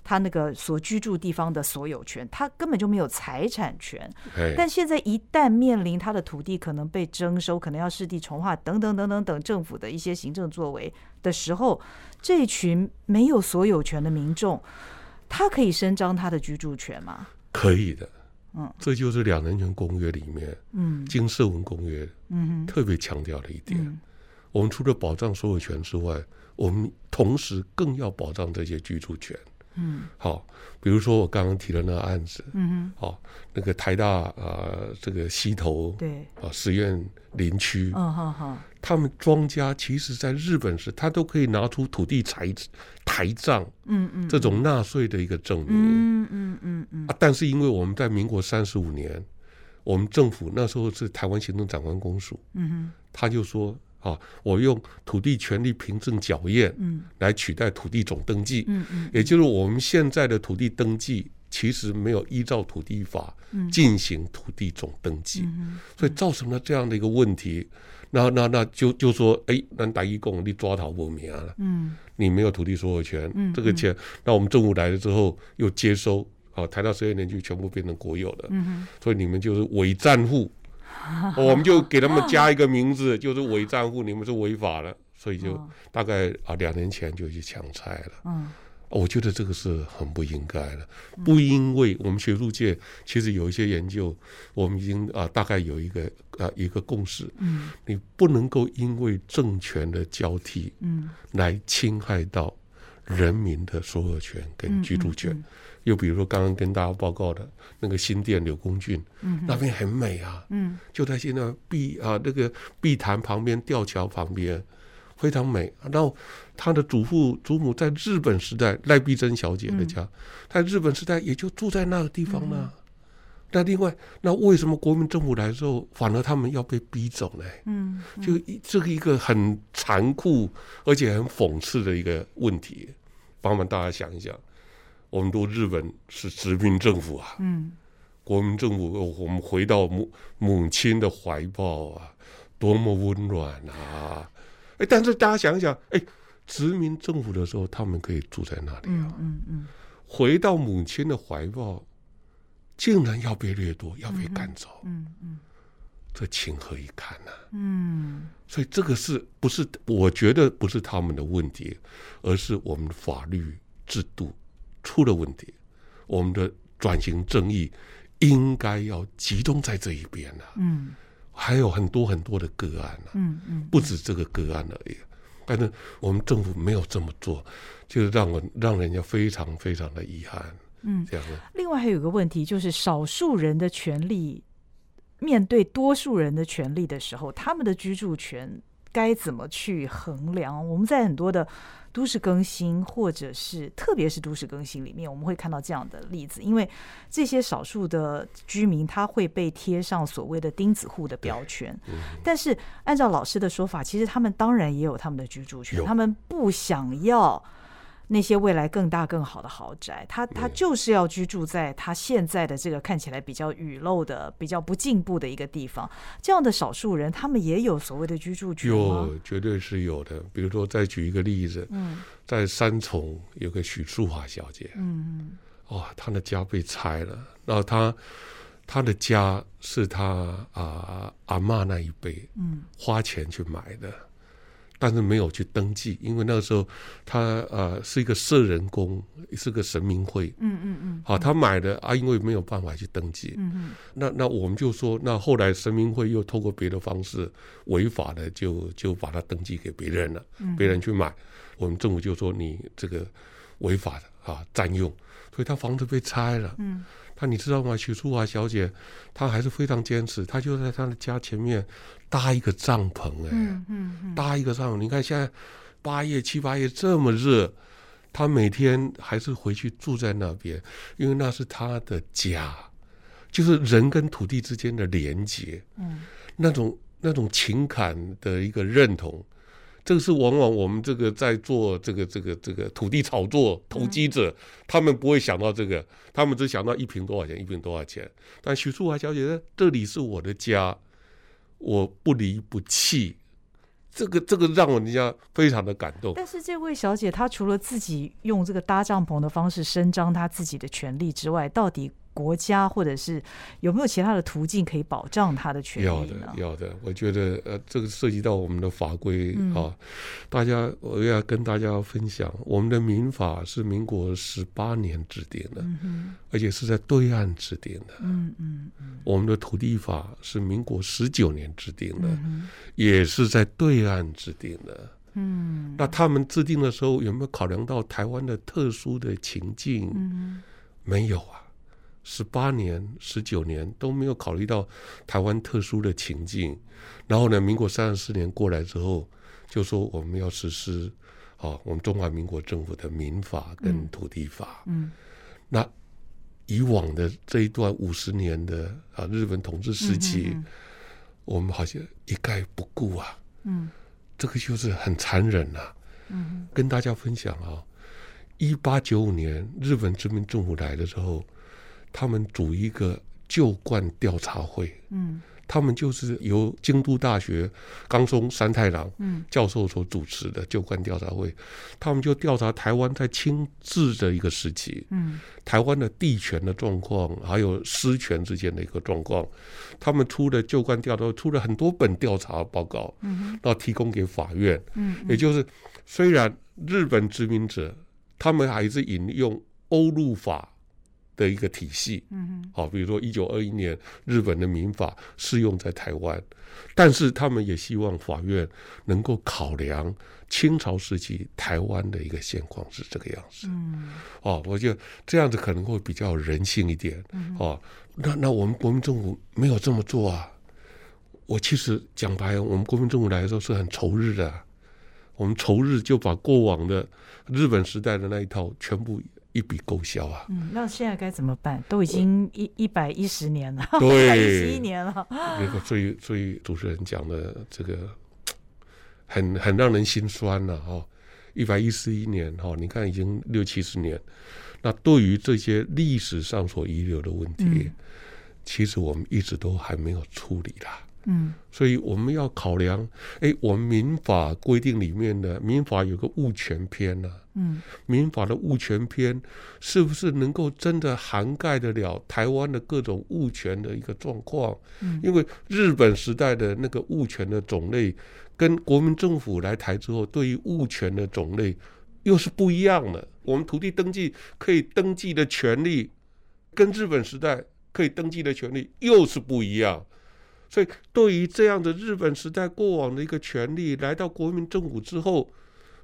[SPEAKER 1] 他那个所居住地方的所有权，他根本就没有财产权，
[SPEAKER 2] 哎，
[SPEAKER 1] 但现在一旦面临他的土地可能被征收，可能要市地重划等等等等等政府的一些行政作为的时候，这群没有所有权的民众，他可以伸张他的居住权吗？
[SPEAKER 2] 可以的，
[SPEAKER 1] 嗯，
[SPEAKER 2] 这就是两人权公约里面
[SPEAKER 1] 嗯
[SPEAKER 2] 《经社文公约》
[SPEAKER 1] 嗯
[SPEAKER 2] 特别强调的一点，
[SPEAKER 1] 嗯
[SPEAKER 2] 我们除了保障所有权之外，我们同时更要保障这些居住权。
[SPEAKER 1] 嗯
[SPEAKER 2] 好，比如说我刚刚提的那个案子，
[SPEAKER 1] 嗯哼，
[SPEAKER 2] 好，那个台大呃，这个西头
[SPEAKER 1] 对，
[SPEAKER 2] 啊实验林区，
[SPEAKER 1] 嗯哼哼，
[SPEAKER 2] 他们庄家其实在日本时，他都可以拿出土地台台账
[SPEAKER 1] 嗯嗯，
[SPEAKER 2] 这种纳税的一个证明、
[SPEAKER 1] 嗯嗯嗯嗯
[SPEAKER 2] 啊。但是因为我们在民国三十五年，我们政府那时候是台湾行政长官公署，
[SPEAKER 1] 嗯哼
[SPEAKER 2] 他就说啊，我用土地权利凭证缴验
[SPEAKER 1] 嗯
[SPEAKER 2] 来取代土地总登记，
[SPEAKER 1] 嗯嗯
[SPEAKER 2] 也就是我们现在的土地登记其实没有依照土地法
[SPEAKER 1] 嗯
[SPEAKER 2] 进行土地总登记，
[SPEAKER 1] 嗯
[SPEAKER 2] 所以造成了这样的一个问题。那那那就就说，哎，南达一共你抓逃不明了，
[SPEAKER 1] 嗯
[SPEAKER 2] 你没有土地所有权，
[SPEAKER 1] 嗯
[SPEAKER 2] 这个钱，那我们政府来了之后又接收，啊，台大实验园区全部变成国有了，
[SPEAKER 1] 嗯
[SPEAKER 2] 所以你们就是伪 战户，哦我们就给他们加一个名字，就是伪战户，你们是违法了，所以就
[SPEAKER 1] 哦
[SPEAKER 2] 大概啊两年前就去强拆了。
[SPEAKER 1] 嗯
[SPEAKER 2] 哦我觉得这个是很不应该的，不因为我们学术界其实有一些研究，我们已经啊大概有一个啊一个共识，
[SPEAKER 1] 嗯
[SPEAKER 2] 你不能够因为政权的交替
[SPEAKER 1] 嗯，
[SPEAKER 2] 来侵害到人民的所有权跟
[SPEAKER 1] 嗯
[SPEAKER 2] 居住权。又比如说刚刚跟大家报告的那个新店柳公郡，
[SPEAKER 1] 嗯
[SPEAKER 2] 那边很美啊，
[SPEAKER 1] 嗯
[SPEAKER 2] 就在现在碧啊那个碧潭旁边吊桥旁边，非常美。然后他的祖父祖母在日本时代赖碧珍小姐的家，在日本时代也就住在那个地方呢。那另外，那为什么国民政府来之后，反而他们要被逼走呢？
[SPEAKER 1] 嗯，
[SPEAKER 2] 就一这个一个很残酷而且很讽刺的一个问题，帮忙大家想一想。我们都日本是殖民政府啊，
[SPEAKER 1] 嗯
[SPEAKER 2] 国民政府，呃我们回到母母亲的怀抱啊，多么温暖啊！哎，但是大家想一想，哎，殖民政府的时候，他们可以住在那里啊，
[SPEAKER 1] 嗯嗯嗯
[SPEAKER 2] 回到母亲的怀抱，竟然要被掠夺，要被赶走，
[SPEAKER 1] 嗯嗯
[SPEAKER 2] 这情何以堪啊呐、
[SPEAKER 1] 嗯
[SPEAKER 2] 所以这个是不是？我觉得不是他们的问题，而是我们的法律制度出了问题，我们的转型正义应该要集中在这一边啊。
[SPEAKER 1] 嗯
[SPEAKER 2] 还有很多很多的个案啊，
[SPEAKER 1] 嗯嗯，
[SPEAKER 2] 不止这个个案而已。但是我们政府没有这么做，就是让我让人家非常非常的遗憾。
[SPEAKER 1] 嗯
[SPEAKER 2] 这样啊的
[SPEAKER 1] 另外还有一个问题，就是少数人的权利面对多数人的权利的时候，他们的居住权该怎么去衡量？我们在很多的都市更新，或者是特别是都市更新里面，我们会看到这样的例子，因为这些少数的居民他会被贴上所谓的钉子户的标签。但是按照老师的说法，其实他们当然也有他们的居住权，
[SPEAKER 2] 有
[SPEAKER 1] 他们不想要。那些未来更大更好的豪宅，他他
[SPEAKER 2] 对
[SPEAKER 1] 就是要居住在他现在的这个看起来比较雨漏的、比较不进步的一个地方。这样的少数人，他们也有所谓的居住权吗？
[SPEAKER 2] 有绝对是有的。比如说，再举一个例子，
[SPEAKER 1] 嗯
[SPEAKER 2] 在三重有个许淑华小姐，
[SPEAKER 1] 嗯
[SPEAKER 2] 哦，她的家被拆了，然后她她的家是她啊、阿嬷那一辈
[SPEAKER 1] 嗯
[SPEAKER 2] 花钱去买的，但是没有去登记，因为那个时候她呃是一个社人工，是个神明会。
[SPEAKER 1] 嗯嗯嗯，
[SPEAKER 2] 好，她买的啊，因为没有办法去登记，
[SPEAKER 1] 嗯嗯
[SPEAKER 2] 那那我们就说，那后来神明会又透过别的方式违法的就就把它登记给别人了，
[SPEAKER 1] 嗯，
[SPEAKER 2] 别人去买，我们政府就说你这个违法的啊占用，所以他房子被拆了。
[SPEAKER 1] 嗯
[SPEAKER 2] 他你知道吗？许淑华小姐她还是非常坚持，她就在她的家前面搭一个帐篷、哎、
[SPEAKER 1] 嗯嗯嗯，
[SPEAKER 2] 搭一个帐篷。你看现在八月七八月这么热，他每天还是回去住在那边，因为那是他的家，就是人跟土地之间的连接，
[SPEAKER 1] 嗯
[SPEAKER 2] 那种那种情感的一个认同。这个是往往我们这个在做这个这个这个土地炒作投机者，他们不会想到这个，他们只想到一瓶多少钱，一瓶多少钱。但许淑华小姐，这里是我的家，我不离不弃，这个这个让我人家非常的感动。
[SPEAKER 1] 但是这位小姐，她除了自己用这个搭帐篷的方式伸张她自己的权利之外，到底国家或者是有没有其他的途径可以保障她的权
[SPEAKER 2] 要
[SPEAKER 1] 利
[SPEAKER 2] 的
[SPEAKER 1] 呢，？
[SPEAKER 2] 要的，我觉得呃，这个涉及到我们的法规、
[SPEAKER 1] 嗯
[SPEAKER 2] 啊，大家我要跟大家分享，我们的民法是民国十八年制定的，
[SPEAKER 1] 嗯哼
[SPEAKER 2] 而且是在对岸制定的；
[SPEAKER 1] 嗯嗯
[SPEAKER 2] 我们的土地法是民国十九年制定的，
[SPEAKER 1] 嗯
[SPEAKER 2] 也是在对岸制定的。
[SPEAKER 1] 嗯
[SPEAKER 2] 那他们制定的时候有没有考量到台湾的特殊的情境？
[SPEAKER 1] 嗯
[SPEAKER 2] 没有啊，十八年、十九年都没有考虑到台湾特殊的情境。然后呢，民国三十四年过来之后，就说我们要实施啊，我们中华民国政府的民法跟
[SPEAKER 1] 嗯
[SPEAKER 2] 土地法。
[SPEAKER 1] 嗯
[SPEAKER 2] 那以往的这一段五十年的啊日本统治时期，
[SPEAKER 1] 嗯
[SPEAKER 2] 我们好像一概不顾啊，
[SPEAKER 1] 嗯
[SPEAKER 2] 这个就是很残忍呐、啊。
[SPEAKER 1] 嗯
[SPEAKER 2] 跟大家分享啊，一八九五年日本殖民政府来的时候，他们组一个旧冠调查会，
[SPEAKER 1] 嗯
[SPEAKER 2] 他们就是由京都大学冈松三太郎
[SPEAKER 1] 嗯
[SPEAKER 2] 教授所主持的旧冠调查会，他们就调查台湾在清治的一个时期，
[SPEAKER 1] 嗯
[SPEAKER 2] 台湾的地权的状况，还有私权之间的一个状况，他们出的旧冠调查出了很多本调查报告，
[SPEAKER 1] 嗯
[SPEAKER 2] 然后提供给法院。
[SPEAKER 1] 嗯，
[SPEAKER 2] 也就是虽然日本殖民者他们还是引用欧陆法的一个体系，
[SPEAKER 1] 嗯
[SPEAKER 2] 好，比如说一九二一年日本的民法适用在台湾，但是他们也希望法院能够考量清朝时期台湾的一个现况是这个样子。
[SPEAKER 1] 嗯
[SPEAKER 2] 哦，我觉得这样子可能会比较人性一点。
[SPEAKER 1] 嗯
[SPEAKER 2] 哦，那那我们国民政府没有这么做啊。我其实讲白了，我们国民政府来的时候是很仇日的啊、我们仇日就把过往的日本时代的那一套全部一笔勾销啊。
[SPEAKER 1] 嗯，那现在该怎么办？都已经一一百一十年了，一哦 百一十一
[SPEAKER 2] 对，
[SPEAKER 1] 年了。
[SPEAKER 2] 那个所以所以主持人讲的这个很很让人心酸了、哈。一百一十一年哈、你看已经六七十年，那对于这些历史上所遗留的问题，
[SPEAKER 1] 嗯
[SPEAKER 2] 其实我们一直都还没有处理啦。
[SPEAKER 1] 嗯
[SPEAKER 2] 所以我们要考量，哎，我们民法规定里面的民法有个物权篇呢、
[SPEAKER 1] 嗯
[SPEAKER 2] 民法的物权篇是不是能够真的涵盖得了台湾的各种物权的一个状况？
[SPEAKER 1] 嗯
[SPEAKER 2] 因为日本时代的那个物权的种类，跟国民政府来台之后对于物权的种类又是不一样的。我们土地登记可以登记的权利，跟日本时代可以登记的权利又是不一样。所以，对于这样的日本时代过往的一个权利，来到国民政府之后，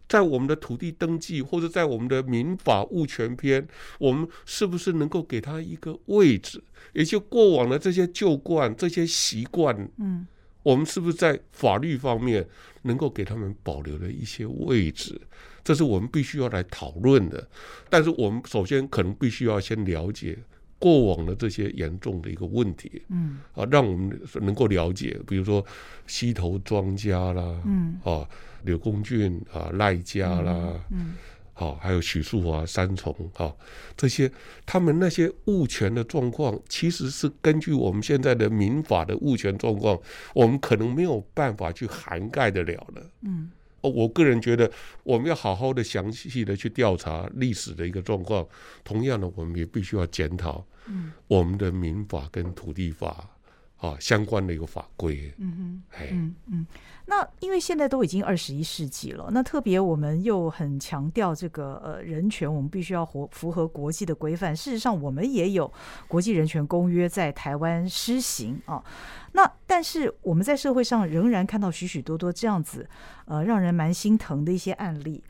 [SPEAKER 2] 在我们的土地登记或者在我们的民法物权篇，我们是不是能够给他一个位置？也就过往的这些旧惯、这些习惯，
[SPEAKER 1] 嗯
[SPEAKER 2] 我们是不是在法律方面能够给他们保留了一些位置？这是我们必须要来讨论的。但是我们首先可能必须要先了解过往的这些严重的一个问题
[SPEAKER 1] 嗯
[SPEAKER 2] 啊，让我们能够了解，比如说溪头庄家啦，
[SPEAKER 1] 嗯
[SPEAKER 2] 啊，柳公俊啊，赖家啦。
[SPEAKER 1] 嗯
[SPEAKER 2] 好、还有许树啊、三重啊、这些，他们那些物权的状况，其实是根据我们现在的民法的物权状况，我们可能没有办法去涵盖得了了。
[SPEAKER 1] 嗯
[SPEAKER 2] 哦，我个人觉得我们要好好的、详细的去调查历史的一个状况。同样的，我们也必须要检讨
[SPEAKER 1] 嗯
[SPEAKER 2] 我们的民法跟土地法啊相关的一个法规。
[SPEAKER 1] 嗯哼。
[SPEAKER 2] 哎，
[SPEAKER 1] 嗯嗯，那因为现在都已经二十一世纪了，那特别我们又很强调这个呃人权，我们必须要活符合国际的规范。事实上，我们也有国际人权公约在台湾施行啊。那但是我们在社会上仍然看到许许多多这样子呃让人蛮心疼的一些案例。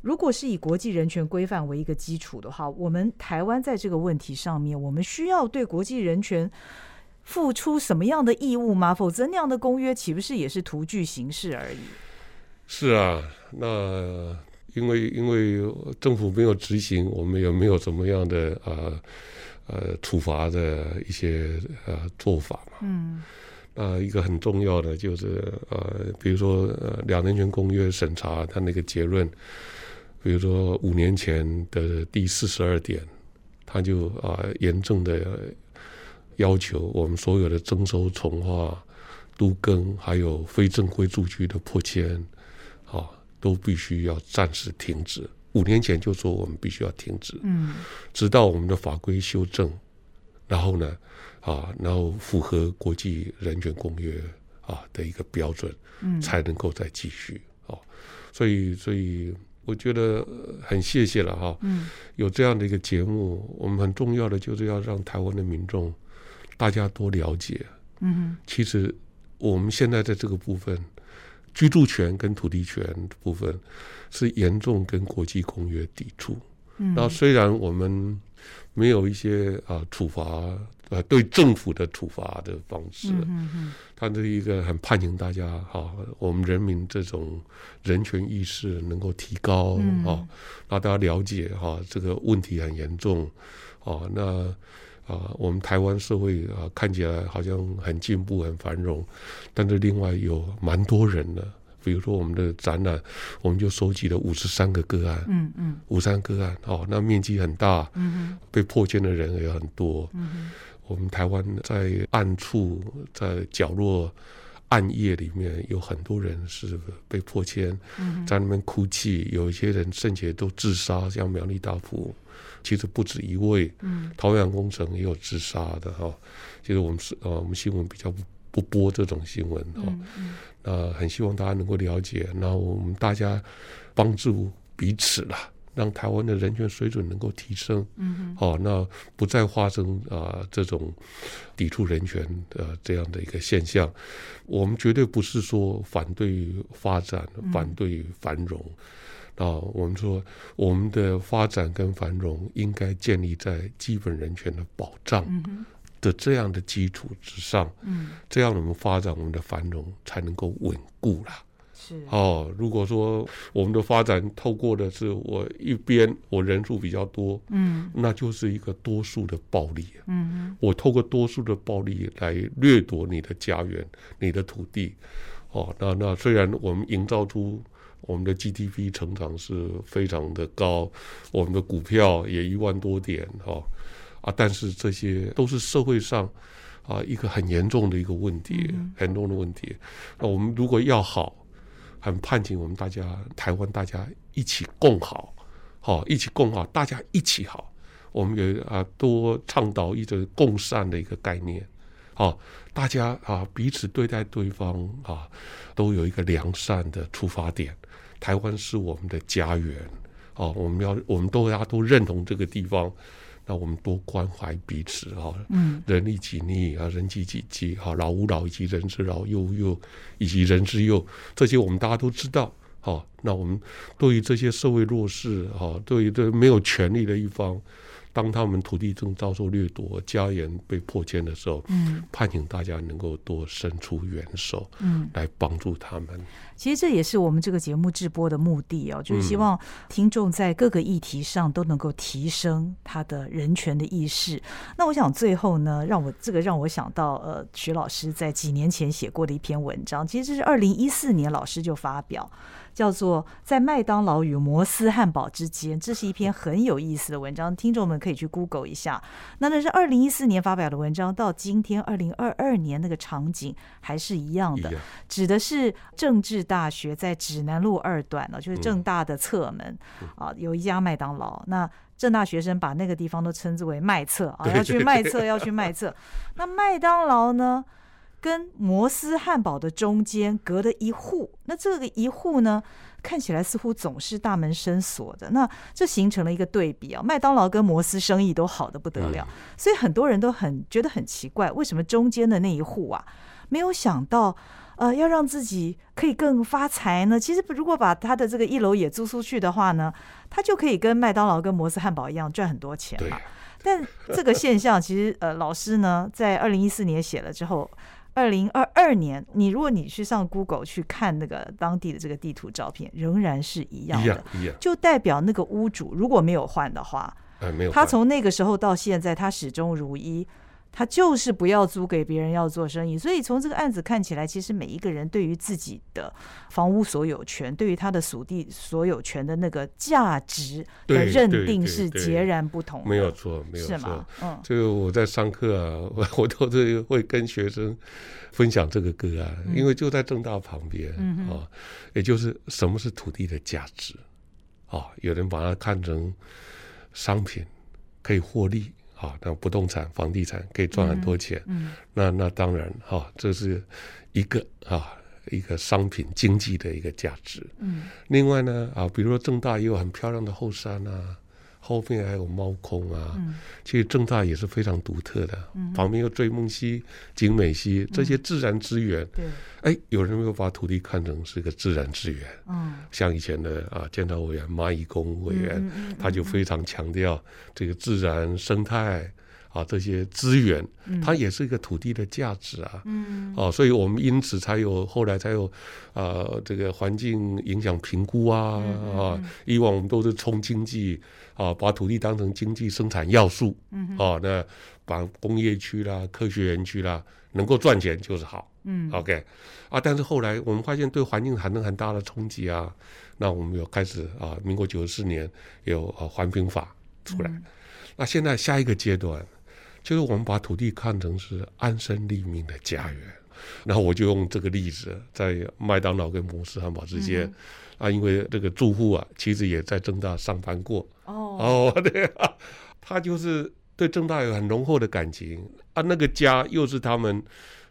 [SPEAKER 1] 如果是以国际人权规范为一个基础的话，我们台湾在这个问题上面，我们需要对国际人权付出什么样的义务吗？否则那样的公约岂不是也是徒具形式而已？
[SPEAKER 2] 是啊，那因为因为政府没有执行，我们也没有什么样的呃呃处罚的一些呃做法嘛。
[SPEAKER 1] 嗯
[SPEAKER 2] 那一个很重要的就是呃，比如说呃两年前公约审查它那个结论，比如说五年前的第四十二点，它就啊、呃严正的要求我们所有的征收、重划、都更，还有非正规住居的破迁，啊，都必须要暂时停止。五年前就说我们必须要停止，
[SPEAKER 1] 嗯
[SPEAKER 2] 直到我们的法规修正，然后呢，啊，然后符合国际人权公约啊的一个标准，
[SPEAKER 1] 嗯
[SPEAKER 2] 才能够再继续啊。所以，所以我觉得呃很谢谢了哈、
[SPEAKER 1] 嗯
[SPEAKER 2] 有这样的一个节目，我们很重要的就是要让台湾的民众大家多了解，
[SPEAKER 1] 嗯
[SPEAKER 2] 其实我们现在在这个部分。居住权跟土地权部分是严重跟国际公约抵触，
[SPEAKER 1] 嗯
[SPEAKER 2] 那虽然我们没有一些啊、处罚呃对政府的处罚的方式，
[SPEAKER 1] 嗯嗯
[SPEAKER 2] 它是一个很盼请大家哈、我们人民这种人权意识能够提高啊、
[SPEAKER 1] 嗯
[SPEAKER 2] 让大家了解哈、这个问题很严重啊、那。啊，我们台湾社会啊，看起来好像很进步、很繁荣，但是另外有蛮多人的，比如说我们的展览，我们就收集了五十三个个案，
[SPEAKER 1] 嗯嗯
[SPEAKER 2] 五三个案哦，那面积很大，
[SPEAKER 1] 嗯
[SPEAKER 2] 被破迁的人也很多。
[SPEAKER 1] 嗯
[SPEAKER 2] 我们台湾在暗处，在角落、暗夜里面，有很多人是被破迁，
[SPEAKER 1] 嗯
[SPEAKER 2] 在那边哭泣，有一些人甚至都自杀，像苗栗大埔，其实不止一位，
[SPEAKER 1] 嗯
[SPEAKER 2] 桃园工程也有自杀的哈、哦。其实我们是呃，我们新闻比较不不播这种新闻
[SPEAKER 1] 嗯
[SPEAKER 2] 哈、哦。那很希望大家能够了解，那我们大家帮助彼此啦，让台湾的人权水准能够提升，
[SPEAKER 1] 嗯
[SPEAKER 2] 哦，那不再发生啊、这种抵触人权呃这样的一个现象。我们绝对不是说反对发展
[SPEAKER 1] 嗯、
[SPEAKER 2] 反对繁荣。啊，我们说我们的发展跟繁荣应该建立在基本人权的保障
[SPEAKER 1] 嗯
[SPEAKER 2] 的这样的基础之上，
[SPEAKER 1] 嗯
[SPEAKER 2] 这样我们发展我们的繁荣才能够稳固啦。
[SPEAKER 1] 是
[SPEAKER 2] 哦，如果说我们的发展透过的是我一边我人数比较多，
[SPEAKER 1] 嗯
[SPEAKER 2] 那就是一个多数的暴力。
[SPEAKER 1] 嗯
[SPEAKER 2] 我透过多数的暴力来掠夺你的家园、你的土地。哦，那那虽然我们营造出我们的 GDP 成长是非常的高，我们的股票也一万多点哦，啊，但是这些都是社会上啊一个很严重的一个问题，
[SPEAKER 1] 嗯
[SPEAKER 2] 很严重的问题。那我们如果要好，很盼请我们大家台湾大家一起共好，好、一起共好，大家一起好。我们也啊多倡导一种共善的一个概念，好、大家啊彼此对待对方啊都有一个良善的出发点。台湾是我们的家园，哦，我们要我们都大家都认同这个地方，那我们多关怀彼此啊、
[SPEAKER 1] 嗯
[SPEAKER 2] 人力己逆啊，人己己饥啊，老吾老以及人之老，幼吾幼以及人之幼，这些我们大家都知道。好、啊那我们对于这些社会弱势，啊，对于这没有权利的一方，当他们土地正遭受掠夺、家园被迫迁的时候，
[SPEAKER 1] 嗯
[SPEAKER 2] 盼请大家能够多伸出援手
[SPEAKER 1] 嗯，
[SPEAKER 2] 来帮助他们。
[SPEAKER 1] 其实这也是我们这个节目直播的目的哦，
[SPEAKER 2] 嗯
[SPEAKER 1] 就是希望听众在各个议题上都能够提升他的人权的意识。那我想最后呢，让我这个让我想到呃，徐老师在几年前写过的一篇文章，其实这是二零一四年老师就发表，叫做《在麦当劳与摩斯汉堡之间》，这是一篇很有意思的文章，听众们可以去 Google 一下。那那是二零一四年发表的文章，到今天二零二二年那个场景还是一样
[SPEAKER 2] 一
[SPEAKER 1] 的
[SPEAKER 2] 样。，
[SPEAKER 1] 指的是政治大学在指南路二段呢，
[SPEAKER 2] 嗯
[SPEAKER 1] 就是正大的侧门、啊，有一家麦当劳。那正大学生把那个地方都称之为麦侧啊，
[SPEAKER 2] 对
[SPEAKER 1] 要去麦侧，要去麦侧。那麦当劳呢，跟摩斯汉堡的中间隔了一户，那这个一户呢，看起来似乎总是大门深锁的。那这形成了一个对比啊，麦当劳跟摩斯生意都好的不
[SPEAKER 2] 嗯
[SPEAKER 1] 得了，所以很多人都很觉得很奇怪，为什么中间的那一户啊，没有想到。呃，要让自己可以更发财呢？其实，如果把他的这个一楼也租出去的话呢，他就可以跟麦当劳、跟摩斯汉堡一样赚很多钱
[SPEAKER 2] 对
[SPEAKER 1] 嘛。，但这个现象其实呃，老师呢在二零一四年写了之后，二零二二年你如果你去上 Google 去看那个当地的这个地图照片，仍然是一样
[SPEAKER 2] 一
[SPEAKER 1] 的
[SPEAKER 2] 样。一样，
[SPEAKER 1] 就代表那个屋主如果没有换的话，
[SPEAKER 2] 哎，没有
[SPEAKER 1] 他
[SPEAKER 2] 换。
[SPEAKER 1] 从那个时候到现在，他始终如一，他就是不要租给别人，要做生意。所以从这个案子看起来，其实每一个人对于自己的房屋所有权，对于他的属地所有权的那个价值的
[SPEAKER 2] 对
[SPEAKER 1] 认
[SPEAKER 2] 对
[SPEAKER 1] 定
[SPEAKER 2] 对
[SPEAKER 1] 是
[SPEAKER 2] 对
[SPEAKER 1] 截然不同的，
[SPEAKER 2] 没有错，没有
[SPEAKER 1] 是
[SPEAKER 2] 错
[SPEAKER 1] 吗。？嗯，
[SPEAKER 2] 这个我在上课啊， 我我都是会跟学生分享这个个案，
[SPEAKER 1] 嗯
[SPEAKER 2] 因为就在正大旁边啊，也就是什么是土地的价值啊，有人把它看成商品，可以获利啊，那不动产、房地产可以赚很多钱，
[SPEAKER 1] 嗯
[SPEAKER 2] 那那当然哈、这是一个啊一个商品经济的一个价值。
[SPEAKER 1] 嗯，
[SPEAKER 2] 另外呢啊，比如说正大也有很漂亮的后山啊，后面还有猫空啊，
[SPEAKER 1] 嗯
[SPEAKER 2] 其实正大也是非常独特的。旁边有追梦溪、景美溪这
[SPEAKER 1] 嗯
[SPEAKER 2] 些自然资源，
[SPEAKER 1] 对，
[SPEAKER 2] 哎、有人会把土地看成是个自然资源，
[SPEAKER 1] 嗯，
[SPEAKER 2] 像以前的啊建造委员蚂蚁工委员，
[SPEAKER 1] 嗯嗯嗯
[SPEAKER 2] 他就非常强调这个自然生态啊这些资源，
[SPEAKER 1] 嗯
[SPEAKER 2] 它也是一个土地的价值啊。
[SPEAKER 1] 嗯
[SPEAKER 2] 哦，所以我们因此才有后来才有，啊、这个环境影响评估啊
[SPEAKER 1] 嗯
[SPEAKER 2] 啊，以往我们都是冲经济啊，把土地当成经济生产要素，嗯，哦，那把工业区啦、科学园区啦，能够赚钱就是好，
[SPEAKER 1] 嗯
[SPEAKER 2] ，OK，啊，但是后来我们发现对环境产生很大的冲击啊，那我们有开始啊，民国九十四年有啊环评法出
[SPEAKER 1] 嗯
[SPEAKER 2] 来，那现在下一个阶段。就是我们把土地看成是安身立命的家园。然后我就用这个例子，在麦当劳跟摩斯汉堡之
[SPEAKER 1] 嗯
[SPEAKER 2] 间，啊，因为这个住户啊，其实也在正大上班过，
[SPEAKER 1] 哦，
[SPEAKER 2] 哦， 对啊，他就是对正大有很浓厚的感情啊。那个家又是他们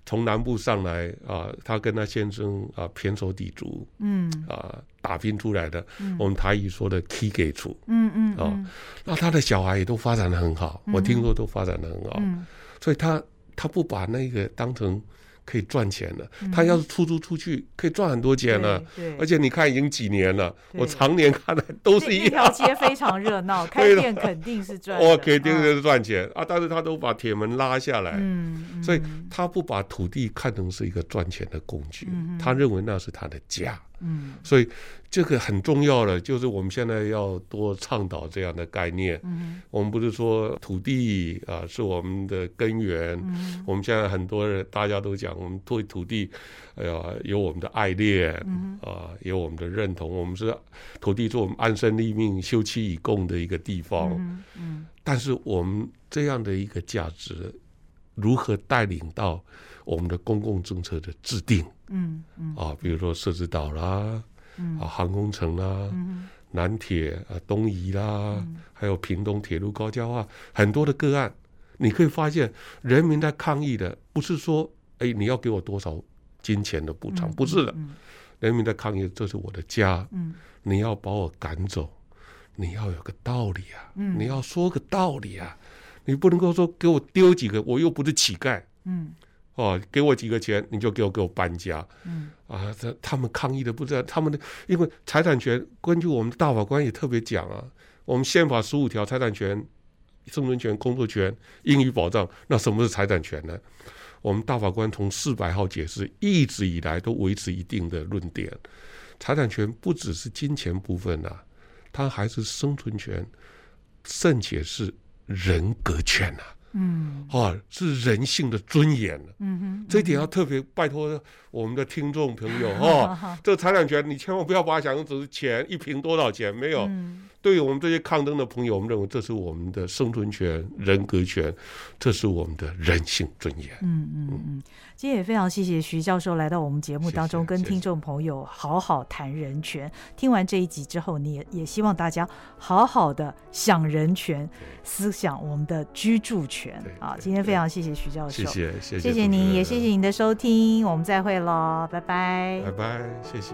[SPEAKER 2] 从南部上来啊，他跟他先生啊胼手抵足
[SPEAKER 1] 嗯
[SPEAKER 2] 啊打拼出来的，
[SPEAKER 1] 嗯
[SPEAKER 2] 我们台语说的 “key 给出
[SPEAKER 1] 嗯嗯”
[SPEAKER 2] 啊。
[SPEAKER 1] 嗯
[SPEAKER 2] 那他的小孩也都发展的很好，我听说都发展的很好。
[SPEAKER 1] 嗯
[SPEAKER 2] 所以他他不把那个当成可以赚钱的，他要是出租出去可以赚很多钱了。
[SPEAKER 1] 嗯对，对
[SPEAKER 2] 而且你看已经几年了，
[SPEAKER 1] 对
[SPEAKER 2] 我常年看来都是
[SPEAKER 1] 那
[SPEAKER 2] 一哦
[SPEAKER 1] 那条
[SPEAKER 2] 样，
[SPEAKER 1] 街非常热闹，开
[SPEAKER 2] 对了
[SPEAKER 1] 店肯定是赚 的，
[SPEAKER 2] 我肯定
[SPEAKER 1] 嗯
[SPEAKER 2] 是赚钱啊，但是他都把铁门拉下来。
[SPEAKER 1] 嗯，嗯
[SPEAKER 2] 所以他不把土地看成是一个赚钱的工具，
[SPEAKER 1] 嗯哼
[SPEAKER 2] 他认为那是他的家，
[SPEAKER 1] 嗯
[SPEAKER 2] 所以这个很重要了。就是我们现在要多倡导这样的概念。
[SPEAKER 1] 嗯
[SPEAKER 2] 我们不是说土地啊是我们的根源，
[SPEAKER 1] 嗯
[SPEAKER 2] 我们现在很多人大家都讲，我们对土地，哎呀，有我们的爱恋
[SPEAKER 1] 嗯
[SPEAKER 2] 啊、有我们的认同。我们是土地是我们安身立命、休戚与共的一个地方。
[SPEAKER 1] 嗯嗯
[SPEAKER 2] 但是我们这样的一个价值，如何带领到我们的公共政策的制定
[SPEAKER 1] 嗯嗯
[SPEAKER 2] 啊？比如说设置岛啦，
[SPEAKER 1] 嗯
[SPEAKER 2] 啊，航空城啦，
[SPEAKER 1] 嗯
[SPEAKER 2] 南铁啊、东移啦，还有屏东铁路高架化，很多的个案，你可以发现人民在抗议的不是说，哎，你要给我多少金钱的补偿，不是的，
[SPEAKER 1] 嗯
[SPEAKER 2] 人民在抗议，这是我的家，
[SPEAKER 1] 嗯
[SPEAKER 2] 你要把我赶走，你要有个道理啊，
[SPEAKER 1] 嗯
[SPEAKER 2] 你要说个道理啊，你不能够说给我丢几个，我又不是乞丐
[SPEAKER 1] 嗯
[SPEAKER 2] 哦，给我几个钱你就给我给我搬家，
[SPEAKER 1] 嗯
[SPEAKER 2] 啊，这他们抗议的不知道他们的，因为财产权根据我们的大法官也特别讲啊，我们宪法十五条财产权生存权、工作权、英语保障，那什么是财产权呢？我们大法官从四百号解释一直以来都维持一定的论点，财产权不只是金钱部分啊，它还是生存权，甚且是人格权啊。
[SPEAKER 1] 嗯
[SPEAKER 2] 啊，是人性的尊严啊
[SPEAKER 1] 嗯哼，
[SPEAKER 2] 这一点要特别拜托我们的听众朋友哦，这个财产权你千万不要把它想成只是钱，一瓶多少钱没有，
[SPEAKER 1] 嗯
[SPEAKER 2] 对于我们这些抗争的朋友，我们认为这是我们的生存权、人格权，这是我们的人性尊严。
[SPEAKER 1] 嗯嗯嗯，今天也非常谢谢徐教授来到我们节目当中，
[SPEAKER 2] 谢谢
[SPEAKER 1] 跟
[SPEAKER 2] 谢谢
[SPEAKER 1] 听众朋友好好谈人权。听完这一集之后，你也也希望大家好好的想人权，思想我们的居住权
[SPEAKER 2] 对
[SPEAKER 1] 啊。
[SPEAKER 2] 对
[SPEAKER 1] 今天非
[SPEAKER 2] 对
[SPEAKER 1] 常谢谢徐教授，
[SPEAKER 2] 谢谢，谢谢，
[SPEAKER 1] 谢谢您，也谢
[SPEAKER 2] 谢
[SPEAKER 1] 谢，您的收听，我们再会喽，拜拜
[SPEAKER 2] 拜拜，谢谢。